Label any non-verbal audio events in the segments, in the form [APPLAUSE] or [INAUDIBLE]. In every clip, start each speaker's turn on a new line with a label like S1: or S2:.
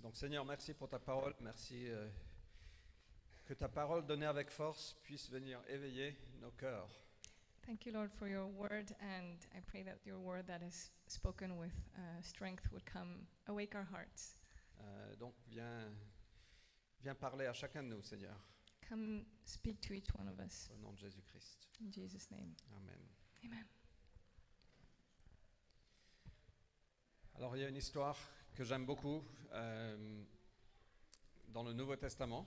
S1: Donc Seigneur, merci pour ta parole. Merci euh, que ta parole donnée avec force puisse venir éveiller nos cœurs.
S2: Thank you, Lord, for your word, and I pray that your word that is spoken with uh, strength would come awake our hearts.
S1: Euh, donc viens, viens parler à chacun de nous, Seigneur,
S2: Come speak to each one of us
S1: au nom de Jésus-Christ.
S2: in Jesus' name.
S1: Amen.
S2: Amen.
S1: Alors il y a une histoire que j'aime beaucoup euh, dans le Nouveau Testament.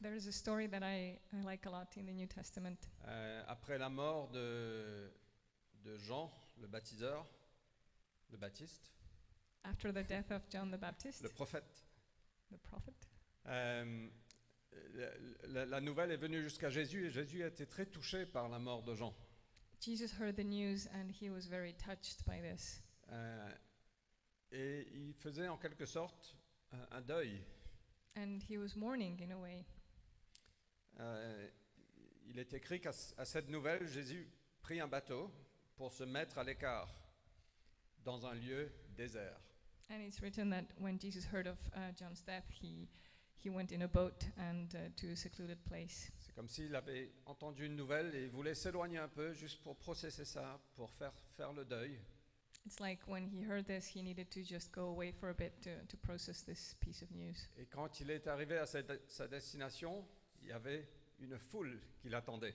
S2: There is a story that I, I like a lot in the New Testament.
S1: Euh, après la mort de, de Jean, le baptiseur, le baptiste,
S2: After the death of John the Baptist,
S1: le prophète,
S2: the prophet,
S1: Euh, la, la- la nouvelle est venue jusqu'à Jésus et Jésus a été très touché par la mort de Jean.
S2: Jesus heard the news and he was very touched by this.
S1: Euh, et il faisait en quelque sorte un, un deuil.
S2: And he was mourning in a way.
S1: Euh, il est écrit qu'à ce- à cette nouvelle, Jésus prit un bateau pour se mettre à l'écart dans un lieu désert.
S2: And it's written that when Jesus heard of uh, John's death, he, he went in a boat and uh, to a secluded place.
S1: C'est comme s'il avait entendu une nouvelle et il voulait s'éloigner un peu juste pour processer ça, pour faire, faire le deuil.
S2: It's like when he heard this, he needed to just go away for a bit to, to process this piece of news.
S1: Et quand il est arrivé à sa, de- sa destination, il y avait une foule qui l'attendait.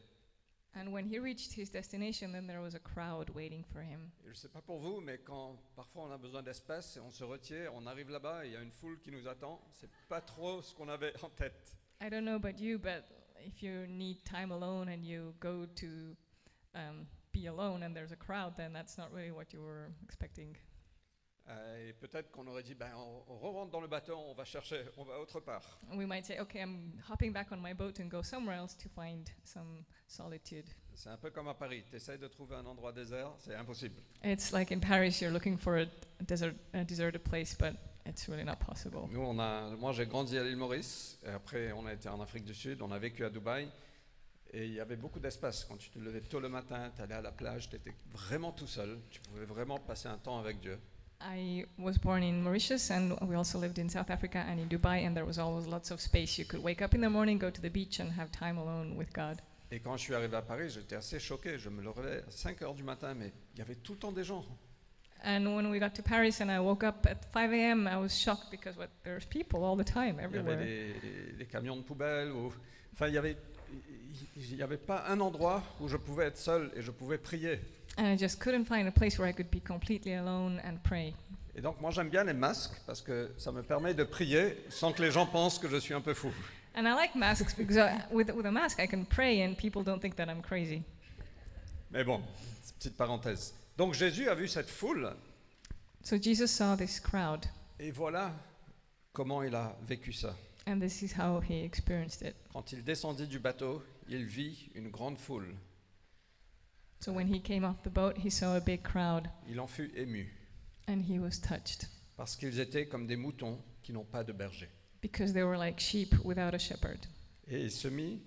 S2: And when he reached his destination, then there was a crowd waiting for him.
S1: Et Je ne sais pas pour vous, mais quand parfois on a besoin d'espace et on se retire, on arrive là-bas et il y a une foule qui nous attend, c'est pas trop ce qu'on avait en tête.
S2: I don't know about you, but if you need time alone and you go to um, be alone and there's a crowd, then that's not really what you were expecting.
S1: Euh, et peut-être qu'on aurait dit, ben, on, on rentre dans le bateau, on va chercher, on va autre part.
S2: And We might say, okay, I'm hopping back on my boat and go somewhere else to find some solitude.
S1: C'est un peu comme à Paris, tu essaies de trouver un endroit désert, c'est impossible.
S2: It's like in Paris, you're looking for a desert, a deserted place, but it's really not possible.
S1: Nous, on a, moi j'ai grandi à l'île Maurice, et après on a été en Afrique du Sud, on a vécu à Dubaï, et il y avait beaucoup d'espace. Quand tu te levais tôt le matin, tu allais à la plage, tu étais vraiment tout seul, tu pouvais vraiment passer un temps avec Dieu.
S2: I was born in Mauritius and we also lived in South Africa and in Dubai, and there was always lots of space. You could wake up in the morning, go to the beach, and have time alone with God.
S1: Et quand je suis arrivé à Paris, j'étais assez choqué, je me levais à 5 heures du matin, mais il y avait tout le temps des gens.
S2: And when we got to Paris and I woke up at 5 a.m., I was shocked because what, there's people all the
S1: Il
S2: time
S1: y avait
S2: everywhere.
S1: des, des camions de poubelle, ou, enfin il y avait... Il n'y avait pas un endroit où je pouvais être seul et je pouvais prier.
S2: And I just couldn't find a place where I could be completely alone and pray.
S1: Et donc moi j'aime bien les masques parce que ça me permet de prier sans que les gens pensent que je suis un peu fou.
S2: And I like masks because I, with, with a mask I can pray and people don't think that I'm crazy.
S1: Mais bon, petite parenthèse. Donc Jésus a vu cette foule,
S2: So Jesus saw this crowd,
S1: et voilà comment il a vécu ça.
S2: and this is how he experienced it.
S1: Quand il descendit du bateau, il vit une grande foule.
S2: So when he came off the boat, he saw a big crowd
S1: Il en fut ému,
S2: and he was touched
S1: parce qu'ils étaient comme des moutons qui n'ont pas de berger.
S2: because they were like sheep without a shepherd.
S1: Et il se mit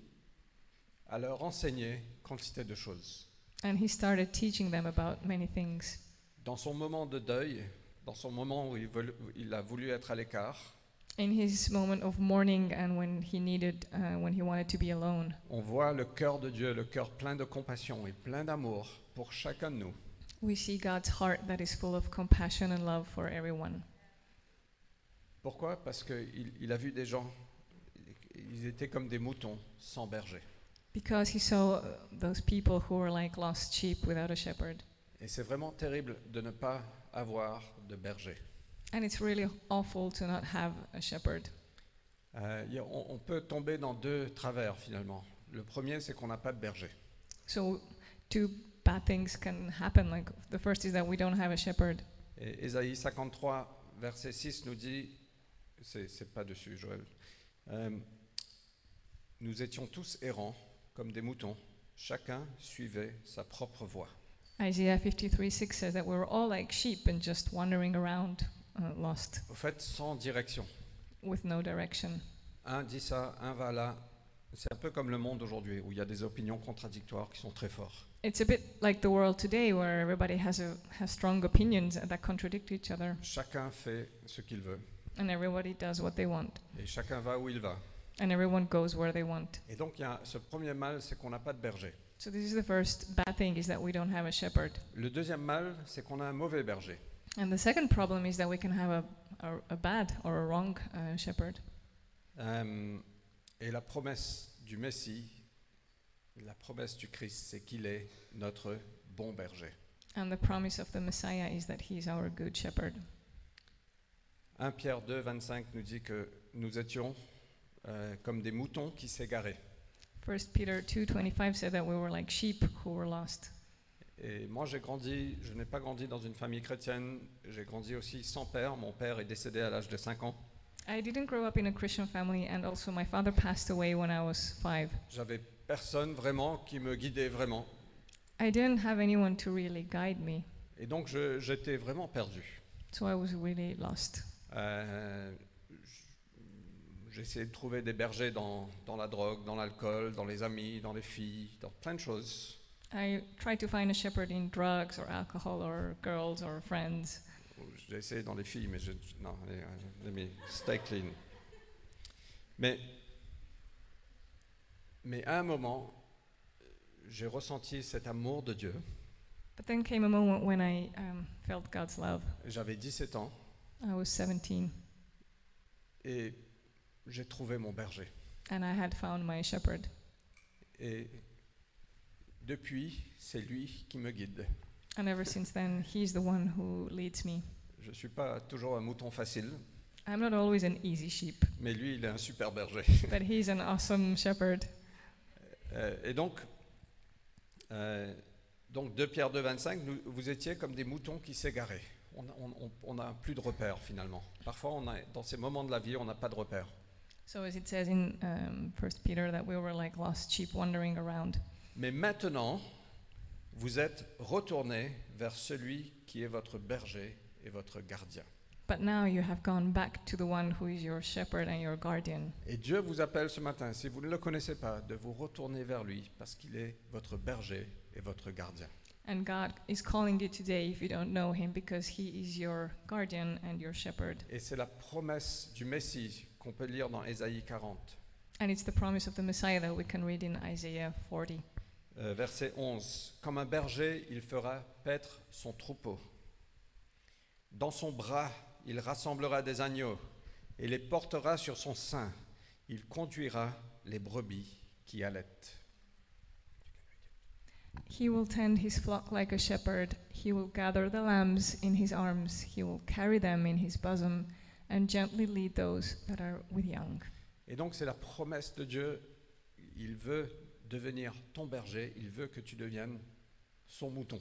S1: à leur enseigner quantité de choses.
S2: And he started teaching them about many things.
S1: Dans son moment de deuil, dans son moment où il, veut- où il a voulu être à l'écart,
S2: In his moment of mourning and when he needed, uh, when he wanted to be alone,
S1: on voit le cœur de Dieu, le cœur plein de compassion et plein d'amour pour chacun de nous.
S2: we see God's heart that is full of compassion and love for everyone.
S1: Pourquoi Parce qu'il il a vu des gens, ils étaient comme des moutons sans berger.
S2: Because he saw uh, those people who were like lost sheep without a shepherd.
S1: Et c'est vraiment terrible de ne pas avoir de berger.
S2: And it's really awful to not have a shepherd.
S1: Euh, il y a- on, on peut tomber dans deux travers finalement. Le premier, c'est qu'on n'a pas de berger.
S2: So, two bad things can happen. Like, the first is that we don't have a shepherd.
S1: Et Ésaïe 53, verset 6 nous dit, c'est c'est pas dessus Joël, Euh, nous étions tous errants comme des moutons, chacun suivait sa propre voie.
S2: Isaiah 53 6 says that we were all like sheep and just wandering around, uh, lost,
S1: Au fait, sans direction.
S2: with no direction.
S1: Un dit ça, un va là. C'est un peu comme le monde aujourd'hui, où il y a des opinions contradictoires qui sont très fortes.
S2: It's a bit like the world today where everybody has, a, has strong opinions that contradict each other.
S1: Chacun fait ce qu'il veut.
S2: and everybody does what they want,
S1: et chacun va où il va.
S2: and everyone goes where they want.
S1: Et donc, il y a ce premier mal, c'est qu'on n'a pas de berger.
S2: So this is the first bad thing is that we don't have a shepherd.
S1: Le deuxième mal, c'est qu'on a un mauvais berger.
S2: And the second problem is that we can have a, a, a bad or a wrong uh, shepherd.
S1: Euh, et la promesse du Messie, la promesse du Christ, c'est qu'il est notre bon berger.
S2: And the promise of the Messiah is that he is our good shepherd.
S1: 1 Pierre 2, 25 nous dit que nous étions euh, comme des moutons qui s'égaraient.
S2: First Peter 2:25 said that we were like sheep who were lost.
S1: Et moi, j'ai grandi, je n'ai pas grandi dans une famille chrétienne, j'ai grandi aussi sans père. Mon père est décédé à l'âge de 5 ans.
S2: I didn't grow up in a Christian family and also my father passed away when I was 5.
S1: J'avais personne vraiment qui me guidait vraiment.
S2: I didn't have anyone to really guide me,
S1: Et donc, je- j'étais vraiment perdu.
S2: so I was really lost.
S1: Euh, j- J'essayais de trouver des bergers dans, dans la drogue, dans l'alcool, dans les amis, dans les filles, dans plein de choses.
S2: I tried to find a shepherd in drugs or alcohol or girls or friends.
S1: J'ai essayé dans les filles, mais je, non, allez, euh, let me stay clean. Mais, mais à un moment, j'ai ressenti cet amour de Dieu.
S2: But then came a moment when I um, felt God's love.
S1: J'avais 17 ans
S2: I was 17
S1: et j'ai trouvé mon berger.
S2: and I had found my shepherd.
S1: Et depuis, c'est lui qui me guide.
S2: And ever since then, he's the one who leads me.
S1: Je ne suis pas toujours un mouton facile,
S2: I'm not always an easy sheep,
S1: mais lui, il est un super berger.
S2: but he's an awesome shepherd.
S1: Euh, et donc, euh, donc 2 Pierre 2, 25, nous- vous étiez comme des moutons qui s'égaraient. On n'a plus de repères finalement. Parfois, on a, dans ces moments de la vie, on n'a pas de repères.
S2: So as it says in um, First Peter that we were like lost sheep wandering around.
S1: Mais maintenant, vous êtes retournés vers celui qui est votre berger et votre gardien.
S2: But now you have gone back to the one who is your shepherd and your guardian.
S1: Et Dieu vous appelle ce matin, si vous ne le connaissez pas, de vous retourner vers lui parce qu'il est votre berger et votre gardien.
S2: And God is calling you today if you don't know him because he is your guardian and your shepherd.
S1: Et c'est la promesse du Messie qu'on peut lire dans Ésaïe 40,
S2: And it's the promise of the Messiah that we can read in Isaiah 40.
S1: euh, verset 11. Comme un berger, il fera paître son troupeau. Dans son bras, il rassemblera des agneaux et les portera sur son sein. Il conduira les brebis qui allaitent.
S2: He will tend his flock like a shepherd. He will gather the lambs in his arms. He will carry them in his bosom and gently lead those that are with young.
S1: Et donc c'est la promesse de Dieu. Il veut devenir ton berger, il veut que tu deviennes son mouton.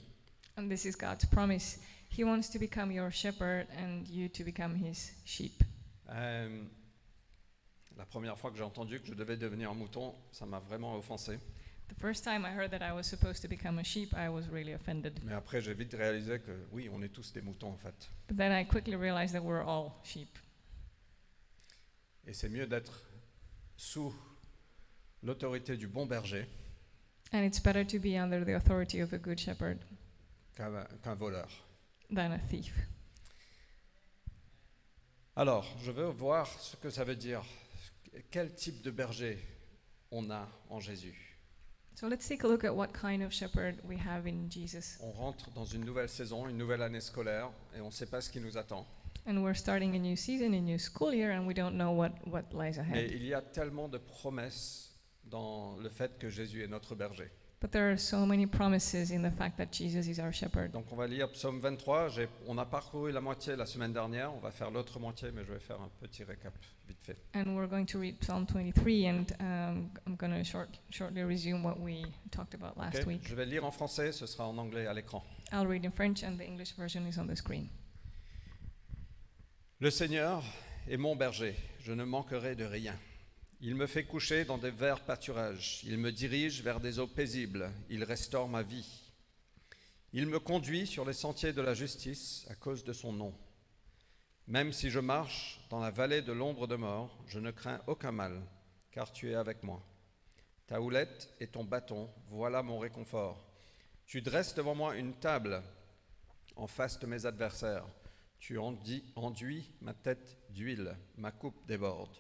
S2: And this is God's promise. He wants to become your shepherd and you to become his sheep.
S1: Euh, la première fois que j'ai entendu que je devais devenir un mouton, ça m'a vraiment offensé.
S2: The first time I heard that I was supposed to become a sheep, I was really offended.
S1: Mais après, j'ai vite réalisé que oui, on est tous des moutons en fait.
S2: But then I quickly realized that we're all sheep.
S1: Et c'est mieux d'être sous l'autorité du bon berger
S2: And it's better to be under the authority of a good shepherd
S1: qu'un qu'un voleur.
S2: than a thief.
S1: Alors, je veux voir ce que ça veut dire. Quel type de berger on a en Jésus
S2: So let's take a look at what kind of shepherd we have in Jesus.
S1: On rentre dans une nouvelle saison, une nouvelle année scolaire, et on ne sait pas ce qui nous attend.
S2: And we're starting a new season, a new school year, and we don't know what, what lies
S1: Mais
S2: ahead.
S1: il y a tellement de promesses dans le fait que Jésus est notre berger.
S2: But there are so many promises in the fact that Jesus is our shepherd.
S1: Donc on va lire Psaume 23. J'ai- On a parcouru la moitié la semaine dernière. On va faire l'autre moitié, mais je vais faire un petit récap vite fait.
S2: And we're going to read Psalm 23, and um, I'm going to short, shortly resume what we talked about last
S1: Ok
S2: week.
S1: je vais lire en français, ce sera en anglais à l'écran.
S2: I'll read in French, and the English version is on the screen.
S1: Le Seigneur est mon berger, je ne manquerai de rien. Il me fait coucher dans des verts pâturages, il me dirige vers des eaux paisibles, il restaure ma vie. Il me conduit sur les sentiers de la justice à cause de son nom. Même si je marche dans la vallée de l'ombre de mort, je ne crains aucun mal, car tu es avec moi. Ta houlette et ton bâton, voilà mon réconfort. Tu dresses devant moi une table en face de mes adversaires. Tu enduis, enduis ma tête d'huile, ma coupe déborde.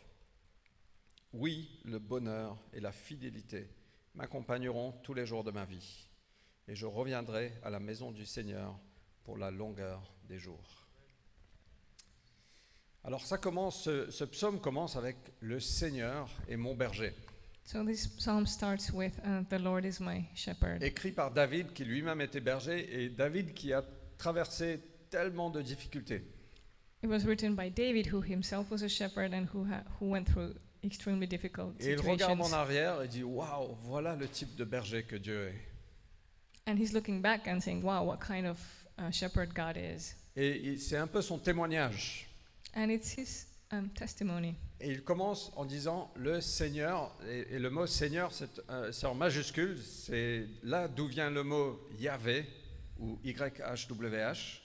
S1: Oui, le bonheur et la fidélité m'accompagneront tous les jours de ma vie, et je reviendrai à la maison du Seigneur pour la longueur des jours. Alors ça commence, ce, ce psaume commence avec le Seigneur est mon berger,
S2: So this psalm starts with, uh, The Lord is my shepherd.
S1: écrit par David qui lui-même était berger et David qui a traversé tellement de difficultés.
S2: It was written by David, who himself was a shepherd and who, ha- who went through extremely difficult
S1: Et il regarde en
S2: situations.
S1: arrière et dit Waouh, voilà le type de berger que Dieu est.
S2: And he's looking back and saying, wow, what kind of uh, shepherd God is.
S1: Et il- c'est un peu son témoignage.
S2: And it's his um, testimony.
S1: Et il commence en disant Le Seigneur, et, et le mot Seigneur, c'est euh, c'est en majuscule, c'est là d'où vient le mot Yahvé ou YHWH.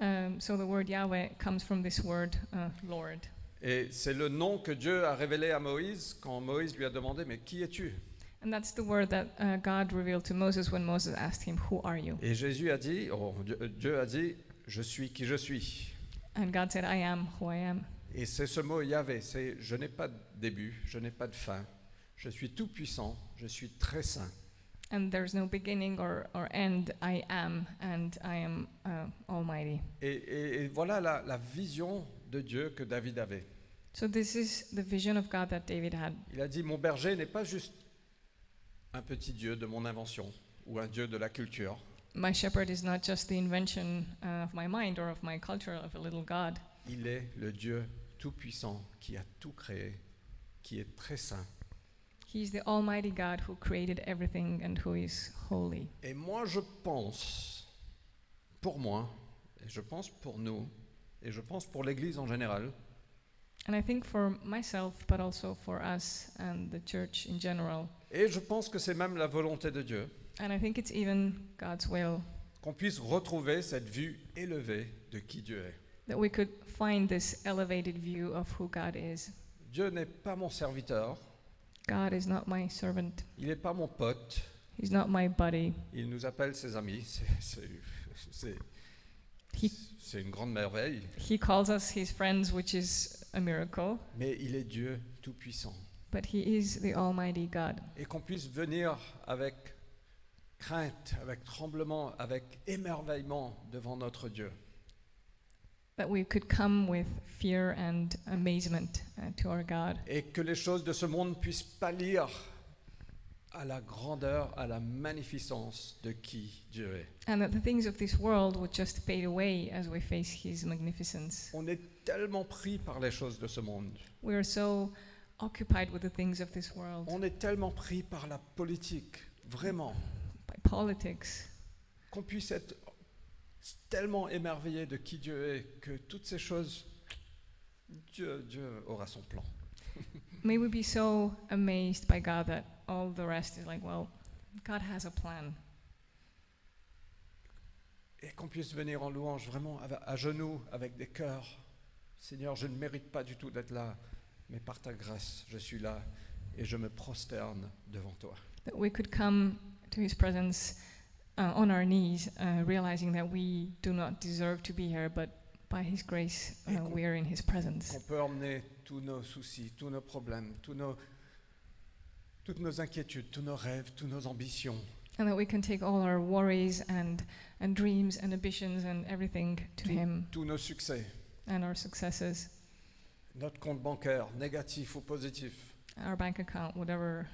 S2: Um, so the word Yahweh comes from this word, uh, Lord.
S1: Et c'est le nom que Dieu a révélé à Moïse quand Moïse lui a demandé Mais qui es-tu
S2: And that's the word that uh, God revealed to Moses when Moses asked him, Who are you?
S1: Et Jésus a dit oh, Dieu- Dieu a dit Je suis qui je suis.
S2: And God said, I am who I am.
S1: Et c'est ce mot Yahvé, c'est je n'ai pas de début, je n'ai pas de fin, je suis tout puissant, je suis très saint.
S2: And there's no beginning or, or end. I am, and I am uh, Almighty.
S1: Et, et- et voilà la, la vision de Dieu que David avait.
S2: So this is the vision of God that David had.
S1: Il a dit, mon berger n'est pas juste un petit Dieu de mon invention ou un Dieu de la culture.
S2: My shepherd is not just the invention uh, of my mind or of my culture of a little God.
S1: Il est le Dieu tout-puissant qui a tout créé, qui est très saint.
S2: He's the Almighty God who created everything and who is holy.
S1: Et moi, je pense, pour moi, et je pense pour nous, et je pense pour l'Église en général,
S2: And I think for myself, but also for us and the church in general,
S1: et je pense que c'est même la volonté de Dieu,
S2: and I think it's even God's will
S1: qu'on puisse retrouver cette vue élevée de qui Dieu est.
S2: that we could find this elevated view of who God is.
S1: Dieu n'est pas mon serviteur,
S2: God is not my servant,
S1: il n'est pas mon pote,
S2: He's not my buddy.
S1: il nous appelle ses amis, [LAUGHS] c'est- c'est- c'est
S2: He,
S1: c'est une grande merveille,
S2: he calls us His friends, which is a miracle,
S1: mais il est Dieu tout-puissant.
S2: but He is the Almighty God.
S1: Et qu'on puisse venir avec crainte, avec tremblement, avec émerveillement devant notre Dieu.
S2: That we could come with fear and amazement uh, to our God.
S1: Et que les choses de ce monde puissent pâlir à la grandeur, à la magnificence de qui Dieu est.
S2: And that the things of this world would just fade away as we face His magnificence.
S1: On est tellement pris par les choses de ce monde.
S2: We are so occupied with the things of this world,
S1: On est tellement pris par la politique, vraiment,
S2: by politics,
S1: qu'on puisse être tellement émerveillé de qui Dieu est que toutes ces choses, Dieu, Dieu aura son plan.
S2: May we be so amazed by God that all the rest is like, well, God has a plan.
S1: Et qu'on puisse venir en louange vraiment à, à genoux, avec des cœurs. Seigneur, je ne mérite pas du tout d'être là, mais par ta grâce, je suis là et je me prosterne devant toi.
S2: That we could come to His presence uh, on our knees, uh, realizing that we do not deserve to be here, but by His grace, uh, we are in His presence.
S1: Qu'on peut emmener tous nos soucis, tous nos problèmes, tous nos, toutes nos inquiétudes, tous nos rêves, toutes nos ambitions,
S2: And that we can take all our worries and, and dreams and ambitions and everything to Him
S1: tous nos succès,
S2: and our successes,
S1: notre compte bancaire, négatif ou positif,
S2: our bank account, whatever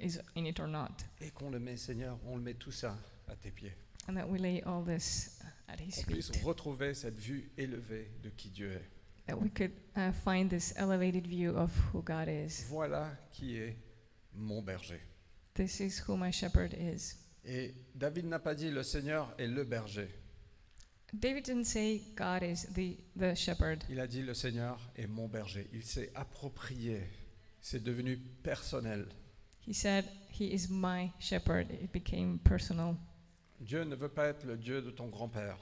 S2: is in it or not.
S1: et qu'on le met, Seigneur, on le met tout ça à tes pieds.
S2: And that we lay all this uh, at His
S1: Qu'on puisse
S2: feet.
S1: retrouver cette vue élevée de qui Dieu est.
S2: that we could uh, find this elevated view of who God is.
S1: Voilà qui est mon berger.
S2: This is who my shepherd is.
S1: Et David n'a pas dit le Seigneur est le berger.
S2: David didn't say God is the, the shepherd.
S1: Il a dit le Seigneur est mon berger. Il s'est approprié. C'est devenu personnel.
S2: He said, He is my shepherd. It became personal.
S1: Dieu ne veut pas être le Dieu de ton grand-père.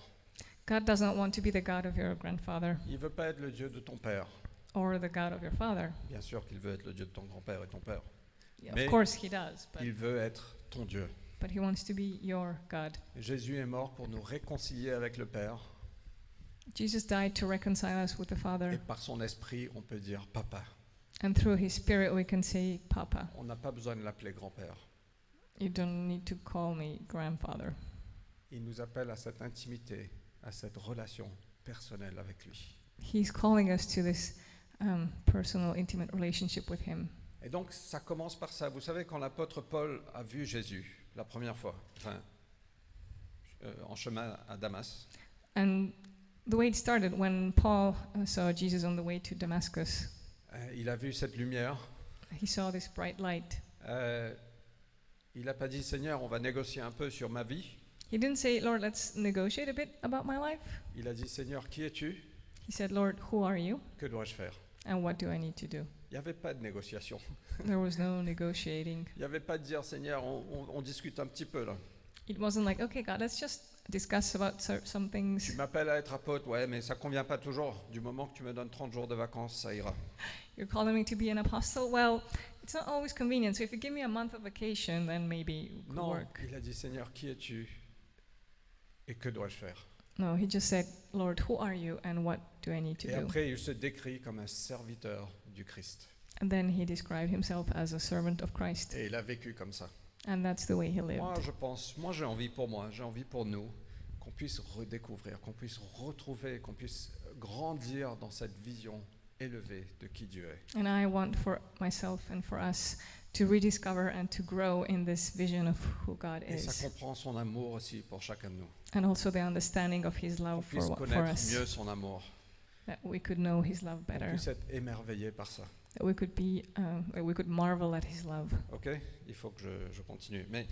S2: God does not want to be the God of your grandfather
S1: Il ne veut pas être le Dieu de ton père.
S2: or the God of your father.
S1: Bien sûr qu'il veut être le Dieu de ton grand-père et ton père.
S2: Yeah,
S1: Mais-
S2: of course, He does, but,
S1: Il veut être ton Dieu.
S2: but He wants to be your God.
S1: Jésus est mort pour nous réconcilier avec le Père
S2: Jesus died to reconcile us with
S1: Et
S2: the Father,
S1: par son esprit, on peut dire papa.
S2: and through his Spirit we can say, Papa.
S1: On n'a pas besoin de l'appeler grand-père.
S2: You don't need to call me grandfather.
S1: Il nous appelle à cette intimité, à cette relation personnelle avec lui.
S2: He's calling us to this um, personal, intimate relationship with him.
S1: Et donc, ça commence par ça. Vous savez, quand l'apôtre Paul a vu Jésus la première fois, enfin, euh, en chemin à Damas,
S2: And the way it started when Paul uh, saw Jesus on the way to Damascus,
S1: euh, il a vu cette lumière.
S2: he saw this bright light.
S1: Euh, il n'a pas dit, Seigneur, on va négocier un peu sur ma vie.
S2: He didn't say, Lord, let's negotiate a bit about my life.
S1: Il a dit, Seigneur, qui es-tu
S2: He said, Lord, who are you
S1: Que dois-je faire
S2: and what do I need to do?
S1: Il n'y avait pas de négociation.
S2: There was no negotiating.
S1: Il n'y avait pas de dire, Seigneur, on, on- on discute un petit peu là.
S2: It wasn't like, okay, God, let's just discuss about cer- some
S1: Tu
S2: things.
S1: m'appelles à être apôtre, ouais, mais ça convient pas toujours. Du moment que tu me donnes 30 jours de vacances, ça ira.
S2: You're calling me to be an apostle? Well, it's not always convenient. So if you give me a month of vacation, then maybe it could
S1: Non,
S2: work.
S1: il a dit, Seigneur, qui es-tu Et que dois-je faire
S2: No, he just said, Lord, who are you and what do I need to
S1: Et
S2: do?
S1: après, il se décrit comme un serviteur du Christ.
S2: And then he described himself as a servant of Christ.
S1: Et il a vécu comme ça.
S2: And that's the way he
S1: Moi,
S2: lived.
S1: je pense, moi j'ai envie pour moi, j'ai envie pour nous qu'on puisse redécouvrir, qu'on puisse retrouver, qu'on puisse grandir dans cette vision élevée de qui Dieu est.
S2: And I want for myself and for us to rediscover and to grow in this vision of who God
S1: Et ça
S2: is.
S1: comprend son amour aussi pour chacun de nous.
S2: And also the understanding of his
S1: Qu'on
S2: love Oh, for,
S1: puisse
S2: wha- for
S1: connaître
S2: us.
S1: mieux son amour.
S2: That we could know his love
S1: Qu'on
S2: better.
S1: puisse être émerveillé par ça.
S2: That we could be, uh, that we could marvel at his love.
S1: Ok Il faut que je, je continue. Mais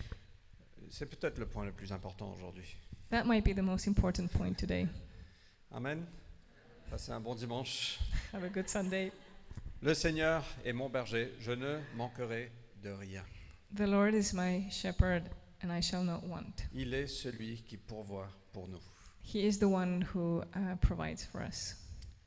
S1: c'est peut-être le point le plus important aujourd'hui.
S2: That might be the most important point today. [LAUGHS]
S1: Amen. Passez un bon dimanche.
S2: Have a good Sunday.
S1: Le Seigneur est mon berger. Je ne manquerai de rien.
S2: The Lord is my shepherd, and I shall not want.
S1: Il est celui qui pourvoit pour nous.
S2: He is the one who uh, provides for us.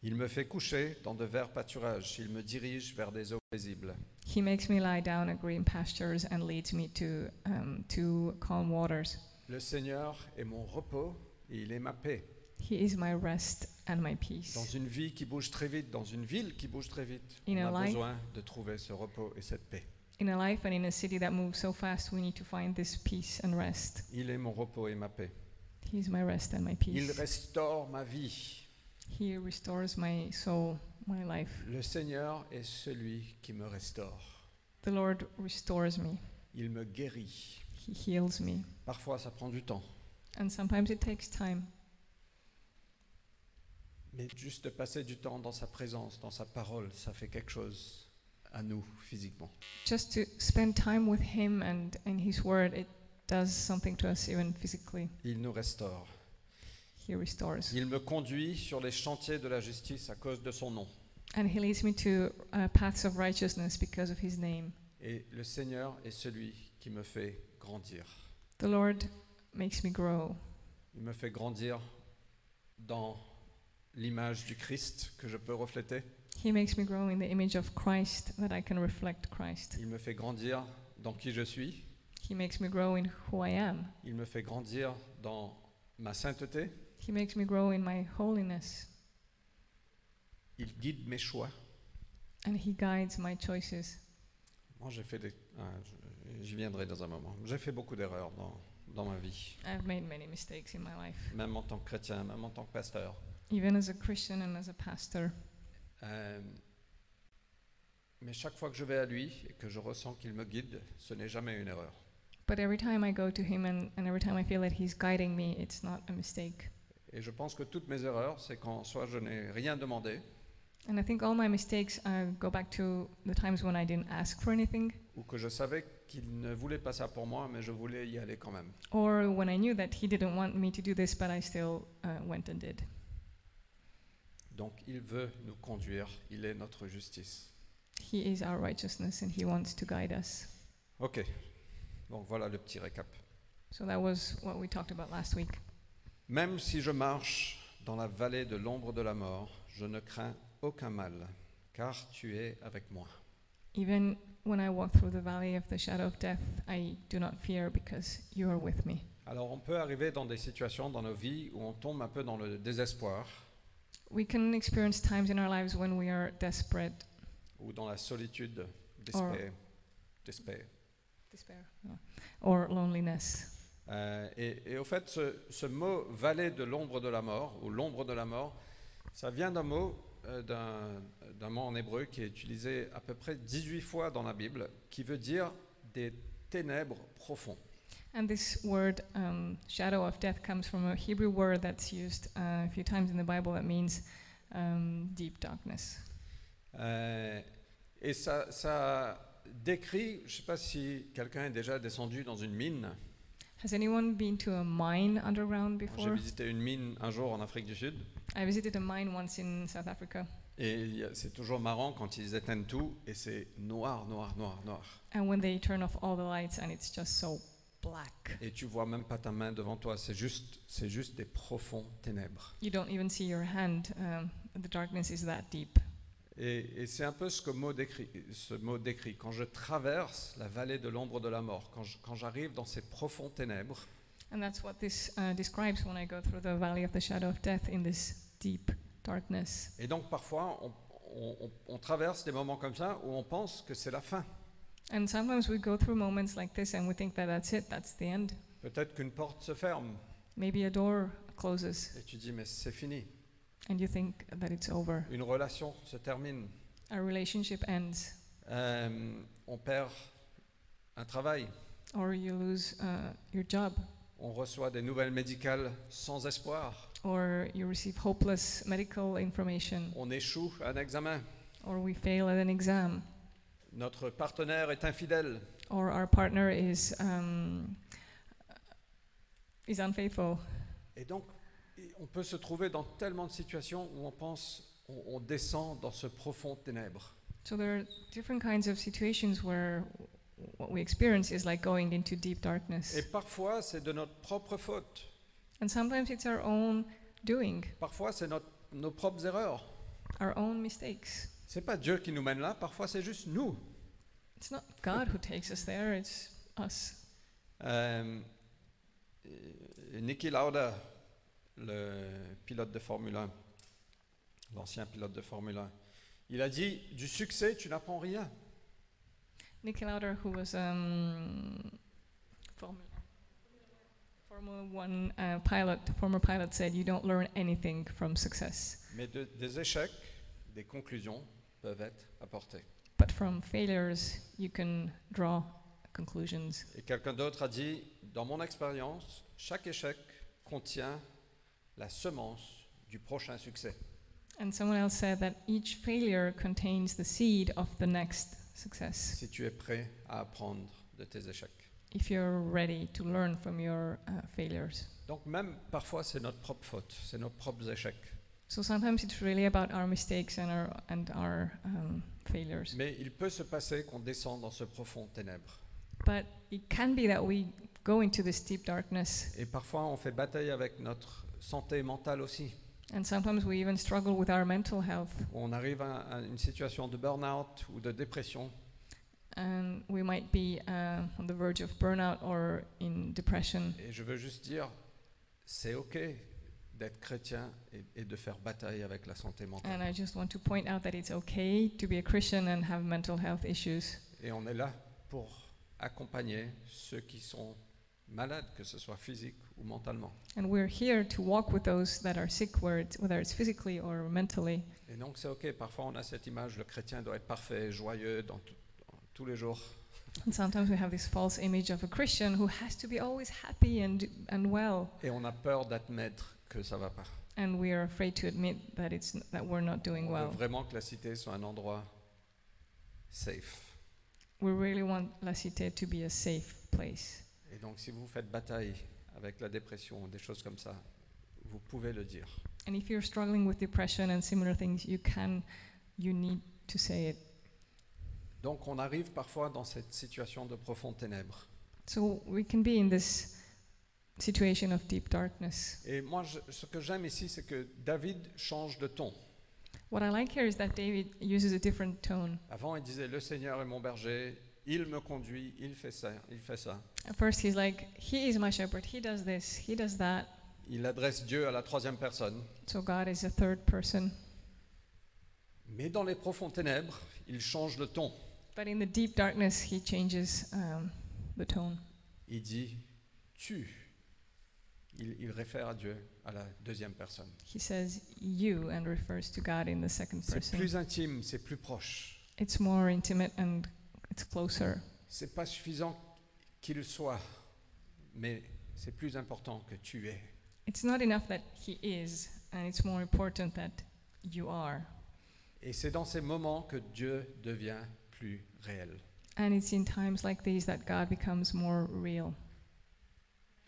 S1: Il me fait coucher dans de verts pâturages, il me dirige vers des eaux paisibles.
S2: He makes me lie down at green pastures and leads me to, um, to calm waters.
S1: Le Seigneur est mon repos et il est ma paix.
S2: He is my rest and my
S1: Dans
S2: peace.
S1: une vie qui bouge très vite, dans une ville qui bouge très vite,
S2: In
S1: on
S2: a
S1: a
S2: life-
S1: besoin de trouver ce repos et cette paix.
S2: In a life and in a city that moves so fast, we need to find this peace and rest.
S1: Il est mon repos et ma paix.
S2: He is my rest and my
S1: Il
S2: peace.
S1: restaure ma vie.
S2: He restores my soul, my life.
S1: Le Seigneur est celui qui me restaure.
S2: The Lord restores me.
S1: Il me guérit.
S2: He heals me.
S1: Parfois, ça prend du temps.
S2: And sometimes it takes time.
S1: Mais juste de passer du temps dans sa présence, dans sa parole, ça fait quelque chose à nous physiquement.
S2: Just to spend time with Him and in His Word, it does something to us, even physically.
S1: Il nous restaure.
S2: He restores.
S1: Il me conduit sur les chantiers de la justice à cause de son nom.
S2: And he leads me to uh, paths of righteousness because of his name.
S1: Et le Seigneur est celui qui me fait grandir.
S2: The Lord makes me grow.
S1: Il me fait grandir dans l'image du Christ que je peux refléter.
S2: He makes me grow in the image of Christ that I can reflect Christ.
S1: Il me fait grandir dans qui je suis.
S2: He makes me grow in who I am.
S1: Il me fait grandir dans ma sainteté.
S2: He makes me grow in my holiness.
S1: Il guide mes choix.
S2: And he guides my choices.
S1: Moi, j'ai fait des... ah, je- J'y viendrai dans un moment. J'ai fait beaucoup d'erreurs dans, dans ma vie,
S2: I've made many mistakes in my life,
S1: même en tant que chrétien, même en tant que pasteur.
S2: even as a Christian and as a pastor.
S1: Euh, mais chaque fois que je vais à lui et que je ressens qu'il me guide, ce n'est jamais une erreur.
S2: But every time I go to him and, and every time I feel that he's guiding me, it's not a mistake.
S1: Et je pense que toutes mes erreurs, c'est quand soit je n'ai rien demandé,
S2: And I think all my mistakes uh, go back to the times when I didn't ask for anything.
S1: ou que je savais qu'il ne voulait pas ça pour moi, mais je voulais y aller quand même.
S2: or when I knew that he didn't want me to do this, but I still uh, went and did.
S1: Donc il veut nous conduire, il est notre justice.
S2: He is our righteousness and he wants to guide us.
S1: Ok, donc voilà le petit récap.
S2: So that was what we talked about last week.
S1: Même si je marche dans la vallée de l'ombre de la mort, je ne crains aucun mal, car tu es avec moi.
S2: Even when I walk through the valley of the shadow of death, I do not fear because you are with me.
S1: Alors on peut arriver dans des situations dans nos vies où on tombe un peu dans le désespoir,
S2: We can experience times in our lives when we are desperate,
S1: ou dans la solitude, despair, despair.
S2: despair, no, or loneliness.
S1: Euh, et, et au fait, ce, ce mot vallée de l'ombre de la mort, ou l'ombre de la mort, ça vient d'un mot, euh, d'un d'un mot en hébreu qui est utilisé à peu près 18 fois dans la Bible, qui veut dire des ténèbres profondes.
S2: And this word, um, shadow of death, comes from a Hebrew word that's used uh, a few times in the Bible that means um, deep darkness.
S1: Euh, et ça, ça décrit, je ne sais pas si quelqu'un est déjà descendu dans une mine.
S2: Has anyone been to a mine underground
S1: J'ai
S2: before?
S1: visité une mine un jour en Afrique du Sud.
S2: I visited a mine once in South Africa,
S1: Et il y a- c'est toujours marrant quand ils éteignent tout et c'est noir, noir, noir, noir.
S2: and when they turn off all the lights and it's just so black,
S1: Et tu vois même pas ta main devant toi, c'est juste, c'est juste des profonds ténèbres.
S2: you don't even see your hand. Um, the darkness is that deep.
S1: Et, et c'est un peu ce que mot décrit, ce mot décrit. Quand je traverse la vallée de l'ombre de la mort, quand je- quand j'arrive dans ces profonds ténèbres,
S2: And that's what this uh, describes when I go through the valley of the shadow of death in this deep darkness.
S1: et donc parfois on, on- on- on traverse des moments comme ça où on pense que c'est la fin.
S2: And sometimes we go through moments like this and we think that that's it, that's the end.
S1: Peut-être qu'une porte se ferme
S2: Maybe a door closes
S1: et tu dis mais c'est fini.
S2: and you think that it's over.
S1: Une relation se termine.
S2: Our relationship ends,
S1: Euh, on perd un travail.
S2: or you lose uh, your job,
S1: On reçoit des nouvelles médicales sans espoir.
S2: or you receive hopeless medical information,
S1: On échoue à un examen.
S2: or we fail at an exam,
S1: Notre partenaire est infidèle.
S2: or our partner is um, is unfaithful.
S1: Et donc, et on peut se trouver dans tellement de situations où on pense, on, on descend dans ce profond ténèbre.
S2: So there are different kinds of situations where what we experience is like going into deep darkness.
S1: Et parfois, c'est de notre propre faute.
S2: And sometimes it's our own doing,
S1: Parfois, c'est notre- nos propres erreurs.
S2: our own mistakes.
S1: C'est pas Dieu qui nous mène là. Parfois, c'est juste nous.
S2: It's not God who takes us there, it's us.
S1: Euh, et- et Niki Lauda, le pilote de Formule 1, l'ancien pilote de Formule 1, il a dit Du succès, tu n'apprends rien.
S2: Nicky Lauder, who was um, Formula, Formula One uh, pilot, former pilot, said, "You don't learn anything from success,
S1: Mais de- des échecs, des conclusions peuvent être apportées.
S2: but from failures you can draw conclusions."
S1: Et quelqu'un d'autre a dit Dans mon expérience, chaque échec contient la semence du prochain succès.
S2: And someone else said that each failure contains the seed of the next success.
S1: Si tu es prêt à apprendre de tes échecs.
S2: If you're ready to learn from your uh, failures.
S1: Donc, même parfois, c'est notre propre faute, c'est nos propres échecs.
S2: So sometimes it's really about our mistakes and our and our um, failures.
S1: Mais il peut se passer qu'on descende dans ce profond ténèbre.
S2: But it can be that we go into this deep darkness,
S1: Et parfois, on fait bataille avec notre santé mentale aussi.
S2: and sometimes we even struggle with our mental health,
S1: On arrive à, à une situation de burn-out ou de dépression.
S2: and we might be uh, on the verge of burnout or in depression.
S1: Et je veux juste dire, c'est OK d'être chrétien et, et de faire bataille avec la santé
S2: And
S1: mentale.
S2: I just want to point out that it's okay to be a Christian and have mental health issues,
S1: Et on est là pour accompagner ceux qui sont malades, que ce soit physique ou mentalement.
S2: and we're here to walk with those that are sick, where it's- whether it's physically or mentally.
S1: Et donc, c'est OK. Parfois, on a cette image, le chrétien doit être parfait, joyeux dans tout- dans tous les jours.
S2: And sometimes we have this false image of a Christian who has to be always happy and and well,
S1: Et on a peur d'admettre que ça va pas.
S2: and we are afraid to admit that it's n- that we're not
S1: On
S2: doing
S1: veut
S2: well.
S1: vraiment que la cité soit un endroit safe.
S2: We really want La Cité to be a safe place.
S1: Et donc, si vous faites bataille avec la dépression, des choses comme ça, vous pouvez le dire.
S2: And if you're struggling with depression and similar things, you can, you need to say it.
S1: Donc, on arrive parfois dans cette situation de profonde ténèbres.
S2: So we can be in this situation of deep darkness.
S1: Et moi, je- ce que j'aime ici, c'est que David change de ton.
S2: What I like here is that David uses a different tone.
S1: Avant, il disait Le Seigneur est mon berger, il me conduit, il fait ça, il fait ça.
S2: At first, he's like, He is my shepherd, He does this, He does that.
S1: il adresse Dieu à la troisième personne.
S2: So God is a third person.
S1: Mais dans les profondes ténèbres, il change le ton.
S2: But in the deep darkness, he changes um, the tone.
S1: Il dit tu. Il, il réfère à Dieu, à la deuxième personne.
S2: He says you and refers to God in the second
S1: C'est
S2: person.
S1: plus intime, c'est plus proche.
S2: It's more intimate and it's closer.
S1: C'est pas suffisant qu'il soit, mais c'est plus important que tu es.
S2: It's not enough that he is, and it's more important that you are.
S1: Et c'est dans ces moments que Dieu devient plus réel.
S2: And it's in times like these that God becomes more real.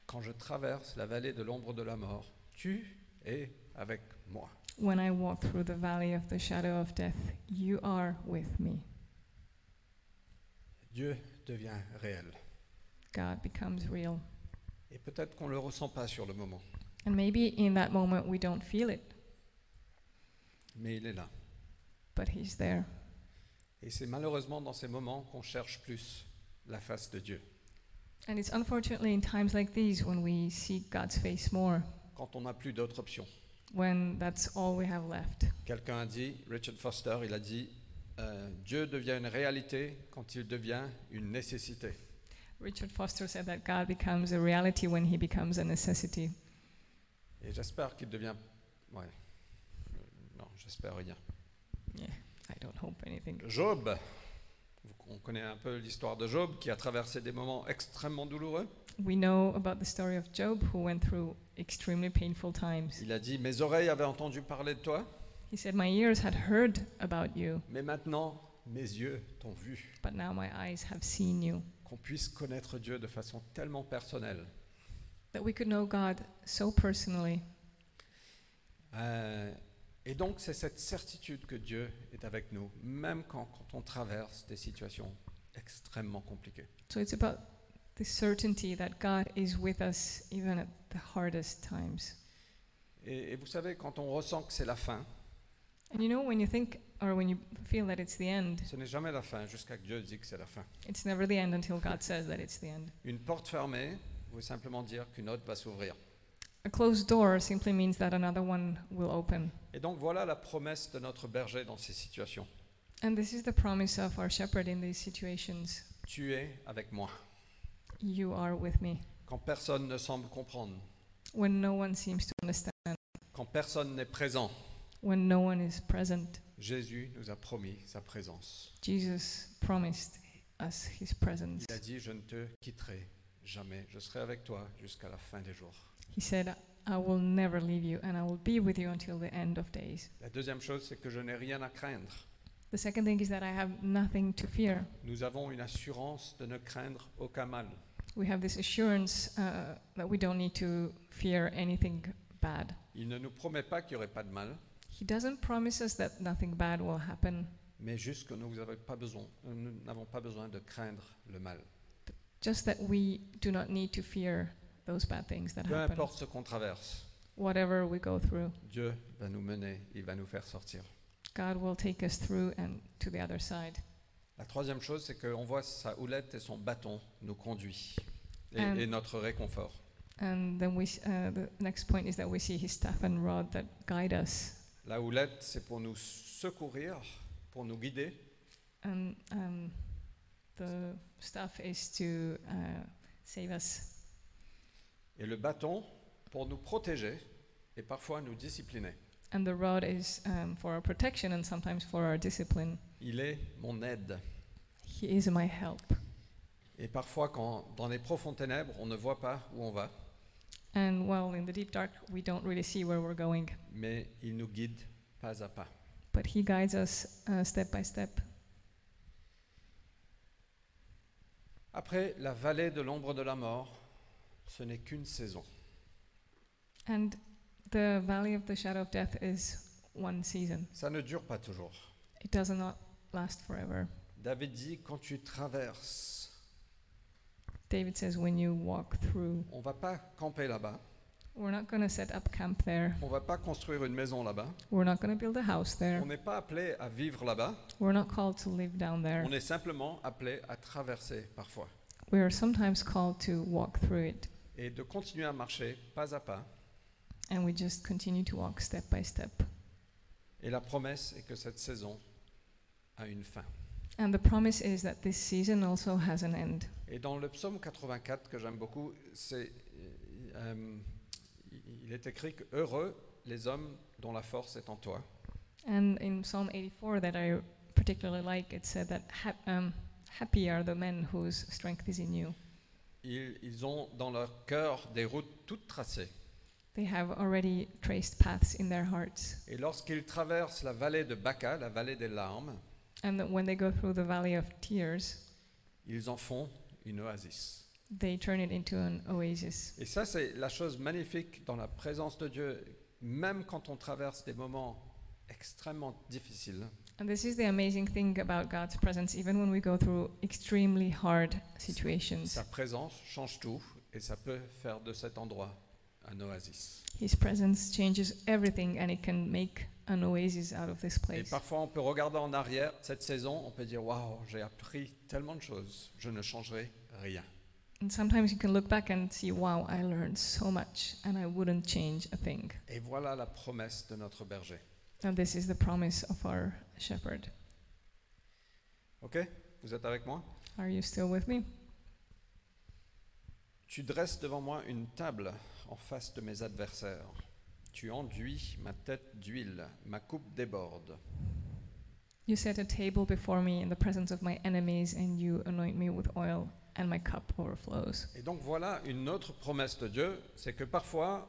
S1: Quand je traverse la vallée de l'ombre de la mort, tu es avec moi.
S2: When I walk through the valley of the shadow of death, you are with me.
S1: Dieu devient réel.
S2: God becomes real.
S1: Et peut-être qu'on ne le ressent pas sur le moment,
S2: And maybe in that moment we don't feel it,
S1: mais il est là.
S2: but he's there.
S1: Et c'est malheureusement dans ces moments qu'on cherche plus la face de Dieu.
S2: And it's unfortunately in times like these when we seek God's face more,
S1: Quand on n'a plus d'autre option.
S2: when that's all we have left.
S1: Quelqu'un a dit, Richard Foster, il a dit, euh, Dieu devient une réalité quand il devient une nécessité.
S2: Richard Foster said that God becomes a reality when he becomes a necessity.
S1: Et j'espère qu'il devient... Ouais. Euh, Non, j'espère rien.
S2: I don't hope anything.
S1: Job, Vous- on connaît un peu l'histoire de Job qui a traversé des moments extrêmement douloureux.
S2: We know about the story of Job, who went through extremely painful times.
S1: Il a dit, mes oreilles avaient entendu parler de toi,
S2: He said, My ears had heard about you,
S1: mais maintenant mes yeux t'ont vu.
S2: but now my eyes have seen you.
S1: Qu'on puisse connaître Dieu de façon tellement personnelle.
S2: That we could know God so personally.
S1: Euh, et donc c'est cette certitude que Dieu est avec nous, même quand, quand on traverse des situations extrêmement compliquées.
S2: So it's about the certainty that God is with us even at the hardest times.
S1: Et, et vous savez, quand on ressent que c'est la fin,
S2: And you know, when you think or when you feel that it's the end,
S1: ce n'est jamais la fin jusqu'à que Dieu dise que c'est la fin.
S2: it's never the end until God says that it's the end.
S1: Une porte fermée veut simplement dire qu'une autre va s'ouvrir.
S2: A closed door simply means that another one will open.
S1: Et donc voilà la promesse de notre berger dans ces situations.
S2: And this is the promise of our shepherd in these situations.
S1: Tu es avec moi.
S2: You are with me.
S1: Quand personne ne semble comprendre,
S2: When no one seems to understand,
S1: quand personne n'est présent,
S2: when no one is present,
S1: Jésus nous a promis sa présence.
S2: Jesus promised us his presence.
S1: Il a dit, je ne te quitterai jamais, je serai avec toi jusqu'à la fin des jours.
S2: He said, I will never leave you and I will be with you until the end of days.
S1: La deuxième chose, c'est que je n'ai rien à craindre.
S2: The second thing is that I have nothing to fear.
S1: Nous avons une assurance de ne craindre aucun mal.
S2: We have this assurance uh, that we don't need to fear anything bad.
S1: Il ne nous promet pas qu'il n'y aurait pas de mal,
S2: He doesn't promise us that nothing bad will happen,
S1: mais juste que nous n'avons pas, besoin- nous n'avons pas besoin de craindre le mal.
S2: just that we do not need to fear those bad things that
S1: Peu
S2: happen.
S1: importe ce qu'on traverse,
S2: Whatever we go through,
S1: Dieu va nous mener, il va nous faire sortir.
S2: God will take us through and to the other side.
S1: La troisième chose, c'est qu'on voit sa houlette et son bâton nous conduit et,
S2: Euh.
S1: et notre réconfort.
S2: And then we, s- uh, the next point is that we see his staff and rod that guide us.
S1: La houlette, c'est pour nous secourir, pour nous guider.
S2: And um, the staff is to uh, save us.
S1: Et le bâton, pour nous protéger et parfois nous discipliner.
S2: And the rod is um, for our protection and sometimes for our discipline.
S1: Il est mon aide.
S2: He is my help.
S1: Et parfois, quand dans les profondes ténèbres, on ne voit pas où on va,
S2: And while in the deep dark, we don't really see where we're going,
S1: mais il nous guide pas à pas.
S2: but he guides us uh, step by step.
S1: Après, la vallée de l'ombre de la mort, ce n'est qu'une saison.
S2: And the valley of the shadow of death is one season.
S1: Ça ne dure pas toujours.
S2: It does not last forever.
S1: David dit, quand tu traverses,
S2: David says, when you walk through,
S1: on va pas camper là-bas,
S2: we're not going to set up camp there.
S1: on va pas construire une maison là-bas,
S2: We're not going to build a house there.
S1: on n'est pas appelé à vivre là-bas,
S2: We're not called to live down there.
S1: on est simplement appelé à traverser parfois
S2: We are sometimes called to walk through it
S1: et de continuer à marcher pas à pas
S2: and we just continue to walk step by step.
S1: Et la promesse est que cette saison a une fin.
S2: And the promise is that this season also has an end.
S1: Et dans le psaume 84 que j'aime beaucoup, c'est, euh, il est écrit que heureux les hommes dont la force est en toi.
S2: And in Psalm 84, that I particularly like, it said that hap- um, happy are the men whose strength is in you.
S1: Ils, ils ont dans leur cœur des routes toutes tracées.
S2: They have already traced paths in their hearts.
S1: Et lorsqu'ils traversent la vallée de Baca, la vallée des larmes,
S2: And that when they go through the valley of tears,
S1: ils en font une oasis.
S2: they turn it into an oasis.
S1: Et ça, c'est la chose magnifique dans la présence de Dieu, même quand on traverse des moments extrêmement difficiles.
S2: And this is the amazing thing about God's presence, even when we go through extremely hard situations.
S1: Sa présence change tout et ça peut faire de cet endroit un oasis.
S2: His presence changes everything and it can make an oasis out of this
S1: Et
S2: place.
S1: parfois, on peut regarder en arrière cette saison, on peut dire Waouh, j'ai appris tellement de choses, je ne changerai rien.
S2: And sometimes you can look back and see, wow, I learned so much and I wouldn't change a thing.
S1: Et voilà la promesse de notre berger.
S2: And this is the promise of our shepherd.
S1: Ok Vous êtes avec moi
S2: Are you still with me?
S1: Tu dresses devant moi une table en face de mes adversaires. Tu enduis ma tête d'huile, ma coupe déborde.
S2: You set a table before me in the presence of my enemies, and you anoint me with oil, and my cup overflows.
S1: Et donc voilà une autre promesse de Dieu, c'est que parfois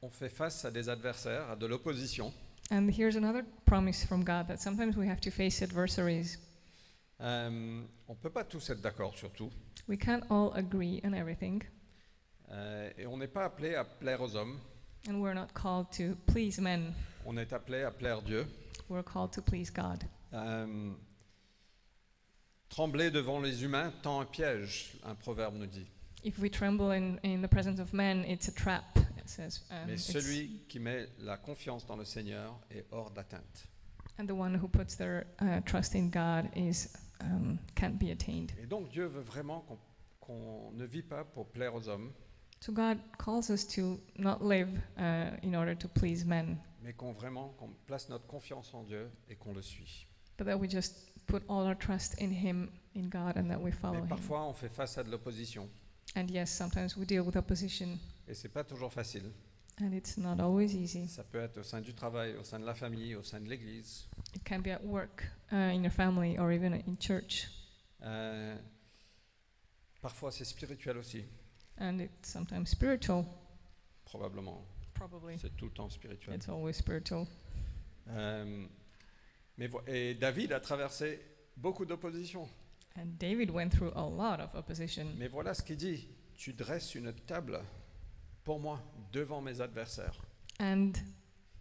S1: on fait face à des adversaires, à de l'opposition,
S2: And here's another promise from God that sometimes we have to face adversaries.
S1: Euh, on ne peut pas tous être d'accord sur tout.
S2: We can't all agree on everything,
S1: Euh, et on n'est pas appelé à plaire aux hommes.
S2: and we're not called to please men,
S1: On est appelé à plaire Dieu.
S2: we're called to please God.
S1: Euh, trembler devant les humains tend un piège, un proverbe nous dit.
S2: If we tremble in, in the presence of men, it's a trap, it says. Um,
S1: Mais
S2: it's-
S1: celui qui met la confiance dans le Seigneur est hors d'atteinte.
S2: and the one who puts their uh, trust in God is um, can't be attained.
S1: Et donc Dieu veut vraiment qu'on qu'on ne vit pas pour plaire aux hommes,
S2: So God calls us to not live uh, in order to please men,
S1: mais qu'on vraiment qu'on place notre confiance en Dieu et qu'on le suit.
S2: but that we just put all our trust in Him, in God, and that we follow
S1: Mais
S2: Him.
S1: parfois on fait face à de l'opposition
S2: And yes, sometimes we deal with opposition,
S1: et c'est pas toujours facile.
S2: and it's not always easy.
S1: Ça peut être au sein du travail, au sein de la famille, au sein de l'Église.
S2: It can be at work, uh, in your family, or even in church,
S1: Euh, parfois c'est spirituel aussi,
S2: and it's sometimes spiritual,
S1: probablement.
S2: probably.
S1: C'est tout le temps spirituel.
S2: It's always spiritual.
S1: Euh, mais vo- et David a traversé beaucoup d'opposition.
S2: And David went through a lot of opposition.
S1: Mais voilà ce qu'il dit Tu dresses une table pour moi devant mes adversaires.
S2: And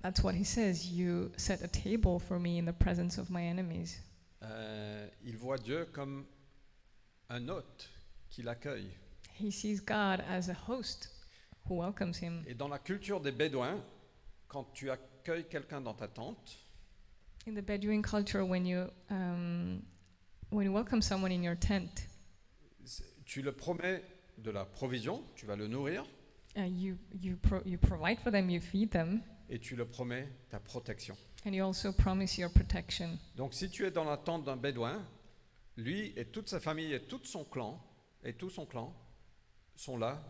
S2: that's what he says You set a table for me in the presence of my enemies.
S1: Euh, il voit Dieu comme un hôte qui l'accueille.
S2: He sees God as a host who welcomes him.
S1: Et dans la culture des Bédouins, quand tu accueilles quelqu'un dans ta tente,
S2: In the Bedouin culture, when you, um, when you welcome someone in your tent,
S1: c'est- tu le promets de la provision, tu vas le nourrir,
S2: uh, you, you, pro- you provide for them, you feed them,
S1: et tu le promets ta protection.
S2: and you also promise your protection.
S1: Donc si tu es dans la tente d'un Bédouin, lui et toute sa famille et tout son clan, et tout son clan sont là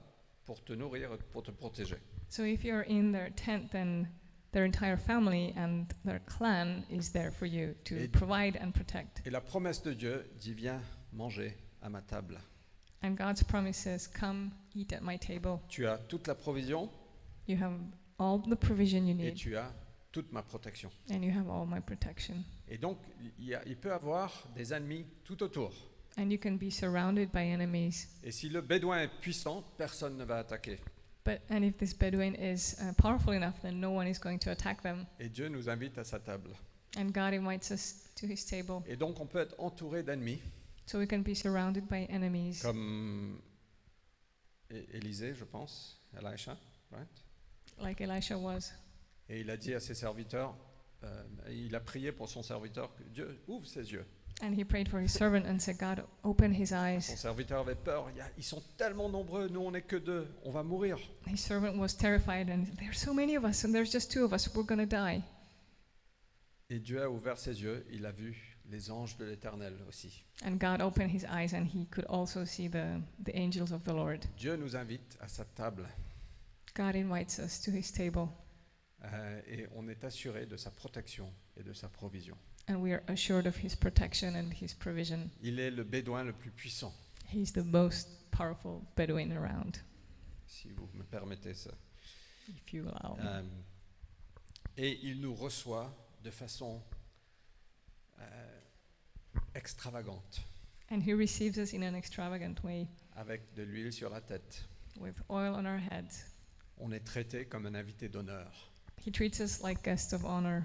S1: pour te nourrir, et pour te protéger.
S2: So if you're in their tent, then their entire family and their clan is there for you to
S1: Et-
S2: provide and protect.
S1: Et la promesse de Dieu dit viens manger à ma table.
S2: And God's promise says, Come, eat at my table.
S1: Tu as toute la provision
S2: You have all the provision you
S1: et
S2: need,
S1: tu as toute ma protection.
S2: and you have all my protection.
S1: Et donc, il, y a- il peut avoir des ennemis tout autour.
S2: And you can be surrounded by enemies.
S1: Et si le Bédouin est puissant, personne ne va attaquer.
S2: But and if this Bedouin is uh, powerful enough, then no one is going to attack them.
S1: Et Dieu nous invite à sa table.
S2: And God invites us to His table,
S1: Et donc, on peut être entouré d'ennemis,
S2: so we can be surrounded by enemies,
S1: comme É- Élisée, je pense, Elisha, right?
S2: like Elisha was.
S1: Et il a dit à ses serviteurs, euh, il a prié pour son serviteur, que Dieu ouvre ses yeux.
S2: And he prayed for his servant and said, God, open his
S1: Son
S2: eyes.
S1: serviteur avait peur. Il y a- ils sont tellement nombreux, nous on n'est que deux, on va mourir.
S2: His servant was terrified and there's so many of us and there's just two of us. We're going to die.
S1: Et Dieu a ouvert ses yeux, il a vu les anges de l'Éternel aussi.
S2: And God opened his eyes and he could also see the, the angels of the Lord.
S1: Dieu nous invite à sa table
S2: God invites us to his table
S1: euh, et on est assuré de sa protection et de sa provision.
S2: and we are assured of his protection and his provision.
S1: Il est le Bédouin le plus puissant,
S2: He's the most powerful Bedouin around,
S1: si vous me permettez ça.
S2: if you allow.
S1: Euh, et il nous reçoit de façon euh, extravagante,
S2: And he receives us in an extravagant way
S1: avec de l'huile sur la tête.
S2: with oil on our heads.
S1: On est traité comme un invité d'honneur.
S2: He treats us like guests of honor.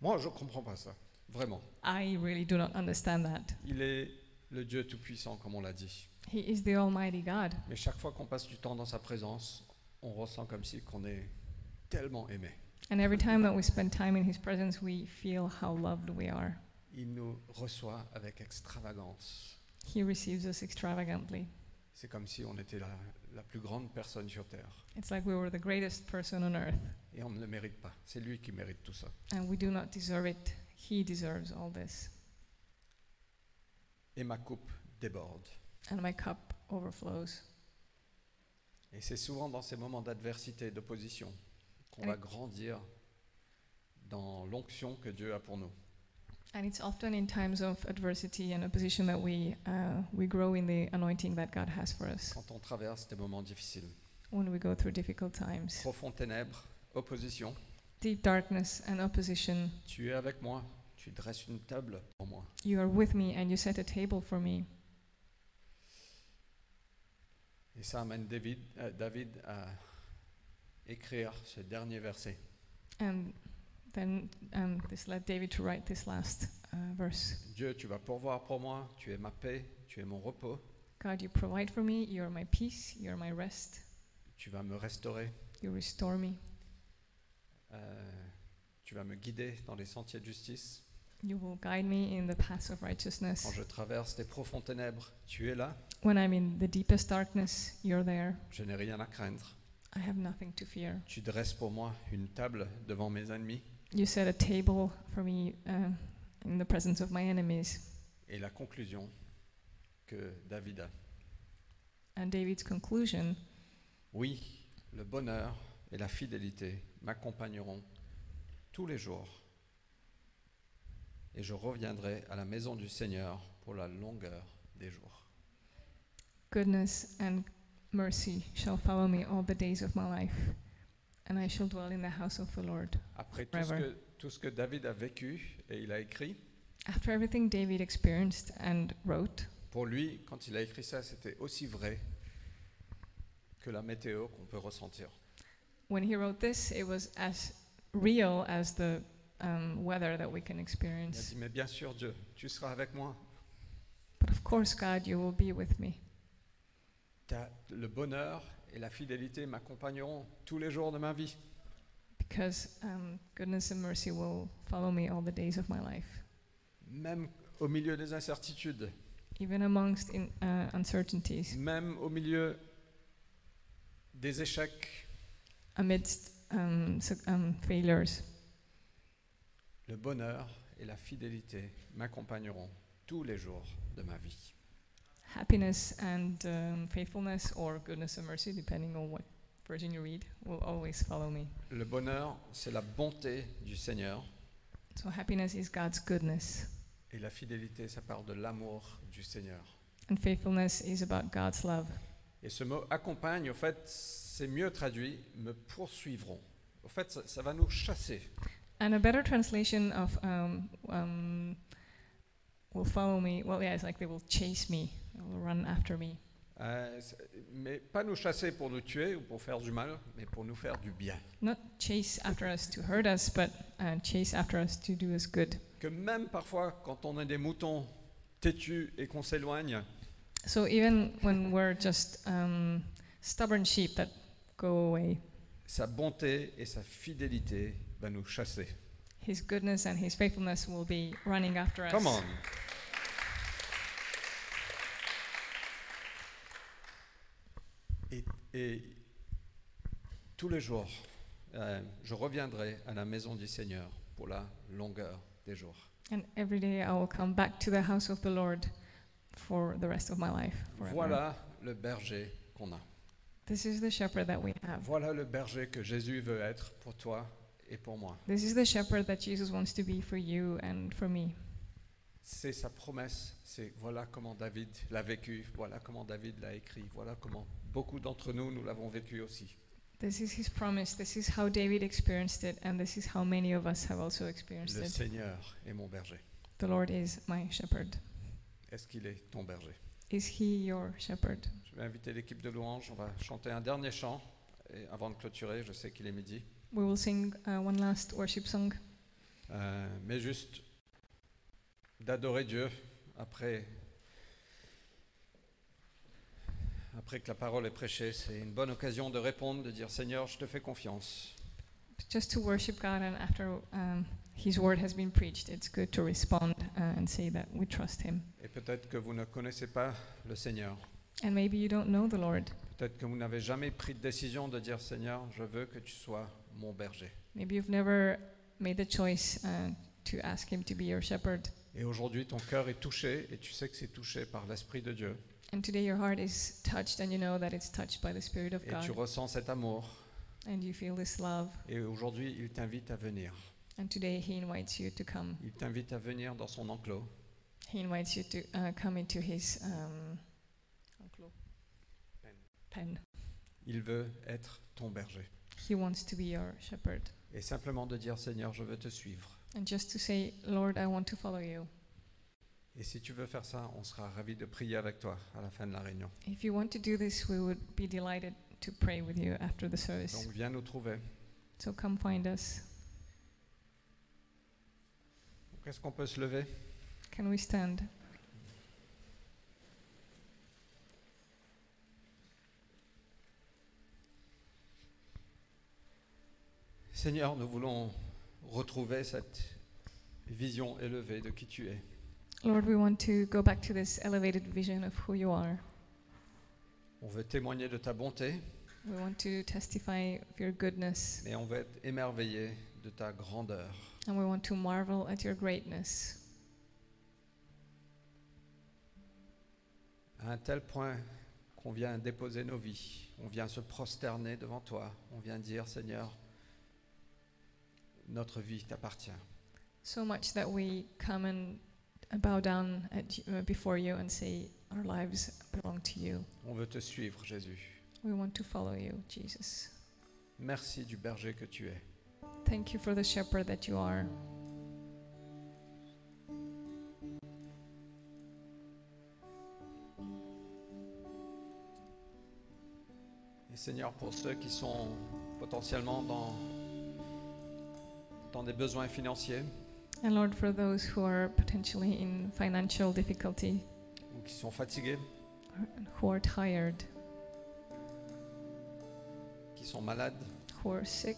S1: Moi, je ne comprends pas ça, vraiment.
S2: I really do not understand that.
S1: Il est le Dieu Tout-Puissant, comme on l'a dit.
S2: He is the Almighty God.
S1: Mais chaque fois qu'on passe du temps dans sa présence, on ressent comme si qu'on est tellement aimé.
S2: And every time that we spend time in His presence, we feel how loved we are.
S1: Il nous reçoit avec extravagance.
S2: He receives us extravagantly.
S1: C'est comme si on était la, la plus grande personne sur Terre.
S2: It's like we were the greatest person on earth,
S1: Et on ne le mérite pas. C'est lui qui mérite tout ça.
S2: and we do not deserve it. He deserves all this.
S1: Et ma coupe déborde.
S2: And my cup overflows.
S1: Et c'est souvent dans ces moments d'adversité, d'opposition, qu'on
S2: Oui.
S1: va grandir dans l'onction que Dieu a pour nous.
S2: And it's often in times of adversity and opposition that we, uh, we grow in the anointing that God has for us
S1: Quand on traverse des moments difficiles.
S2: when we go through difficult times.
S1: Profond ténèbres, opposition.
S2: Deep darkness and opposition.
S1: Tu es avec moi. Tu dresses une table pour moi.
S2: You are with me and you set a table for me.
S1: Et ça amène David, euh, David à écrire ce dernier verset.
S2: And then um, this led David to write this last uh, verse
S1: Dieu, tu vas pourvoir pour moi, tu es ma paix, tu es mon repos,
S2: God, you provide for me, you are my peace, you are my rest,
S1: tu vas me restaurer,
S2: you restore me,
S1: euh, tu vas me guider dans les sentiers de justice.
S2: you will guide me in the paths of righteousness.
S1: Quand je traverse des profondes ténèbres, tu es là,
S2: When I'm in the deepest darkness, you're there.
S1: je n'ai rien à craindre.
S2: I have nothing to fear.
S1: Tu dresses pour moi une table devant mes ennemis.
S2: You set a table for me uh, in the presence of my enemies.
S1: Et la conclusion que David a.
S2: And David's conclusion
S1: Oui, le bonheur et la fidélité m'accompagneront tous les jours. Et je reviendrai à la maison du Seigneur pour la longueur des jours.
S2: Goodness and mercy shall follow me all the days of my life, and I shall dwell in the house of the Lord.
S1: Après tout ce,
S2: Forever.
S1: que, tout ce que David a vécu et il a écrit,
S2: After everything David experienced and wrote,
S1: pour lui, quand il a écrit ça, c'était aussi vrai que la météo qu'on peut ressentir.
S2: when he wrote this, it was as real as the um, weather that we can
S1: Il a
S2: experience.
S1: dit, mais bien sûr Dieu, tu seras avec moi.
S2: But of course, God, you will be with me.
S1: Ta- le bonheur et la fidélité m'accompagneront tous les jours de ma vie.
S2: Because um, goodness and mercy will follow me all the days of my life,
S1: Même au milieu des incertitudes,
S2: even amongst in, uh, uncertainties,
S1: même au milieu des échecs,
S2: amidst um, suc- um, failures.
S1: le bonheur et la fidélité m'accompagneront tous les jours de ma vie.
S2: Happiness and um, faithfulness, or goodness and mercy, depending on what version you read, will always follow me.
S1: Le bonheur, c'est la bonté du Seigneur
S2: So, happiness is God's goodness,
S1: et la fidélité, ça part de l'amour du Seigneur.
S2: and faithfulness is about God's love.
S1: Et ce mot accompagne, au fait, c'est mieux traduit, me poursuivront. Au fait, ça, ça va nous chasser.
S2: And a better translation of um, um, will follow me. Well, yeah, it's like they will chase me, they will run after me.
S1: Euh, c'est- mais pas nous chasser pour nous tuer ou pour faire du mal, mais pour nous faire du bien.
S2: Not chase after us to hurt us, but uh, chase after us to do us good.
S1: Que même parfois, quand on est des moutons têtus et qu'on s'éloigne,
S2: So even when we're just um, stubborn sheep that go away,
S1: sa bonté et sa fidélité va nous chasser.
S2: His goodness and His faithfulness will be running after us.
S1: Come on. Et, et tous les jours, euh, je reviendrai à la maison du Seigneur pour la longueur des jours.
S2: And every day I will come back to the house of the Lord for the rest of my life. forever.
S1: Voilà le berger qu'on a.
S2: This is the shepherd that we have.
S1: Voilà le berger que Jésus veut être pour toi et pour moi.
S2: This is the shepherd that Jesus wants to be for you and for me.
S1: C'est sa promesse, c'est voilà comment David l'a vécu, voilà comment David l'a écrit, voilà comment beaucoup d'entre nous, nous l'avons vécu aussi.
S2: This is his promise. This is how David experienced it, and this is how many of us have also experienced
S1: Le
S2: it.
S1: Seigneur est mon berger.
S2: The Lord is my shepherd.
S1: Est-ce qu'il est ton berger
S2: Is he your shepherd?
S1: Je vais inviter l'équipe de louange, on va chanter un dernier chant et avant de clôturer, je sais qu'il est midi.
S2: We will sing uh, one last worship song,
S1: Euh, mais juste d'adorer Dieu après, après que la parole est prêchée. C'est une bonne occasion de répondre, de dire Seigneur, je te fais confiance.
S2: just to worship God, and after um, his word has been preached, it's good to respond uh, and say that we trust him.
S1: Et peut-être que vous ne connaissez pas le Seigneur.
S2: And maybe you don't know the Lord.
S1: Peut-être que vous n'avez jamais pris de décision de dire Seigneur, je veux que tu sois mon berger.
S2: Maybe you've never made the choice uh, to ask him to be your shepherd.
S1: Et aujourd'hui, ton cœur est touché et tu sais que c'est touché par l'Esprit de Dieu.
S2: And today your heart is touched, and you know that it's touched by the Spirit of
S1: Et
S2: God,
S1: tu ressens cet amour.
S2: and you feel this love.
S1: Et aujourd'hui, il t'invite à venir.
S2: And today he invites you to come.
S1: Il t'invite à venir dans son enclos.
S2: He invites you to uh, come into his um,
S1: Pen.
S2: pen.
S1: Il veut être ton berger.
S2: He wants to be your shepherd.
S1: Et simplement de dire Seigneur, je veux te suivre.
S2: And just to say, Lord, I want to follow you.
S1: Et si tu veux faire ça, on sera ravis de prier avec toi à la fin de la réunion.
S2: If you want to do this, we would be delighted to pray with you after the service.
S1: Donc viens nous trouver.
S2: So come find us.
S1: Donc, Est-ce qu'on peut se lever
S2: Can we stand?
S1: Seigneur, nous voulons retrouver cette vision élevée de qui tu es.
S2: Lord, we want to go back to this elevated vision of who you are.
S1: On veut témoigner de ta bonté,
S2: We want to testify of your goodness,
S1: mais on veut être émerveillé de ta grandeur.
S2: and we want to marvel at your greatness
S1: À un tel point qu'on vient déposer nos vies, on vient se prosterner devant toi, on vient dire Seigneur, notre vie t'appartient.
S2: so much that we come and bow down at you, uh, before you and say, Our lives belong to you.
S1: On veut te suivre, Jésus.
S2: We want to follow you, Jesus.
S1: Merci du berger que tu es.
S2: Thank you for the shepherd that you are.
S1: Et Seigneur, pour ceux qui sont potentiellement dans, dans des besoins financiers
S2: And Lord, for those who are potentially in financial difficulty,
S1: ou qui sont fatigués,
S2: or- who are tired,
S1: qui sont malades,
S2: who are sick,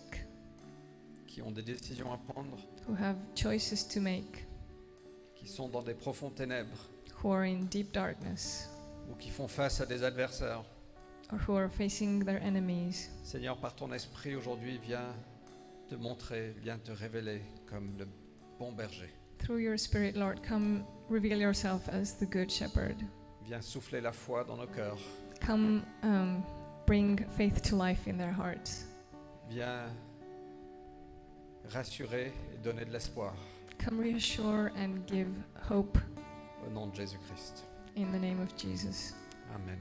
S1: qui ont des décisions à prendre,
S2: who have choices to make,
S1: qui sont dans des profondes ténèbres
S2: who are in deep darkness,
S1: ou qui font face à des adversaires,
S2: or who are facing their enemies,
S1: Seigneur, par ton esprit aujourd'hui, viens te montrer, viens te révéler comme le bon berger.
S2: through your Spirit, Lord, come reveal yourself as the Good Shepherd.
S1: Viens souffler la foi dans nos cœurs.
S2: Come um, bring faith to life in their hearts.
S1: Viens rassurer et donner de l'espoir
S2: Come reassure and give hope
S1: au nom de Jésus-Christ.
S2: in the name of Jesus.
S1: Amen.